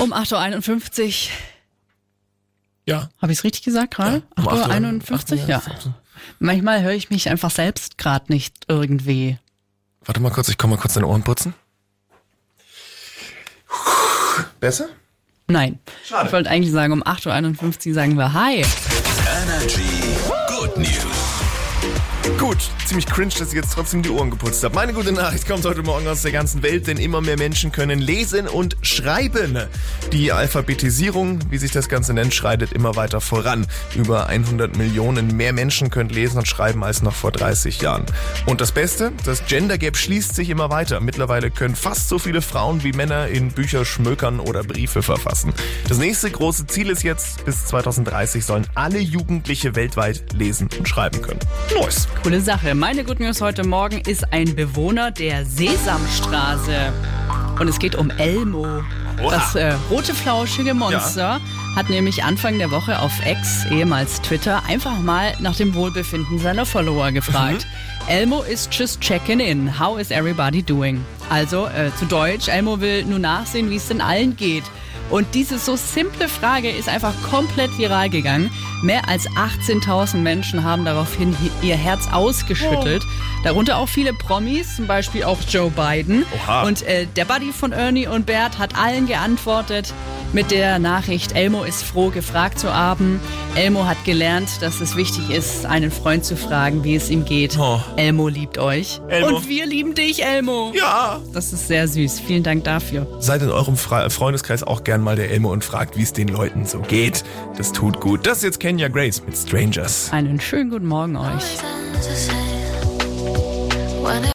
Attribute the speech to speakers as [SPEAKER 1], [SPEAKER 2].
[SPEAKER 1] Um 8.51 Uhr.
[SPEAKER 2] Ja.
[SPEAKER 1] Habe ich es richtig gesagt gerade?
[SPEAKER 2] um
[SPEAKER 1] 8.51 Uhr? Ja. Manchmal höre ich mich einfach selbst gerade nicht irgendwie.
[SPEAKER 2] Warte mal kurz, ich komme mal kurz deine Ohren putzen. Besser?
[SPEAKER 1] Nein. Ich wollte eigentlich sagen, um 8.51 Uhr sagen wir Hi.
[SPEAKER 3] Energy. Good News.
[SPEAKER 2] Gut, ziemlich cringe, dass ich jetzt trotzdem die Ohren geputzt habe. Meine gute Nachricht kommt heute Morgen aus der ganzen Welt, denn immer mehr Menschen können lesen und schreiben. Die Alphabetisierung, wie sich das Ganze nennt, schreitet immer weiter voran. Über 100 Millionen mehr Menschen können lesen und schreiben als noch vor 30 Jahren. Und das Beste, das Gender Gap schließt sich immer weiter. Mittlerweile können fast so viele Frauen wie Männer in Bücher schmökern oder Briefe verfassen. Das nächste große Ziel ist jetzt, bis 2030 sollen alle Jugendliche weltweit lesen und schreiben können. Neues.
[SPEAKER 1] Coole Sache. Meine Good News heute Morgen ist ein Bewohner der Sesamstraße. Und es geht um Elmo. Das äh, rote, flauschige Monster hat nämlich Anfang der Woche auf X, ehemals Twitter, einfach mal nach dem Wohlbefinden seiner Follower gefragt. Elmo ist just checking in. How is everybody doing? Also äh, zu Deutsch, Elmo will nur nachsehen, wie es denn allen geht. Und diese so simple Frage ist einfach komplett viral gegangen. Mehr als 18.000 Menschen haben daraufhin hi- ihr Herz ausgeschüttelt. Darunter auch viele Promis, zum Beispiel auch Joe Biden.
[SPEAKER 2] Oha.
[SPEAKER 1] Und äh, der Buddy von Ernie und Bert hat allen geantwortet mit der Nachricht, Elmo ist froh, gefragt zu haben. Elmo hat gelernt, dass es wichtig ist, einen Freund zu fragen, wie es ihm geht.
[SPEAKER 2] Oh.
[SPEAKER 1] Elmo liebt euch.
[SPEAKER 2] Elmo.
[SPEAKER 1] Und wir lieben dich, Elmo.
[SPEAKER 2] Ja.
[SPEAKER 1] Das ist sehr süß. Vielen Dank dafür.
[SPEAKER 2] Seid in eurem Fra Freundeskreis auch gern mal der Elmo und fragt, wie es den Leuten so geht. Das tut gut. Das ist jetzt Kenya Grace mit Strangers.
[SPEAKER 1] Einen schönen guten Morgen euch.
[SPEAKER 4] Always ends the same. When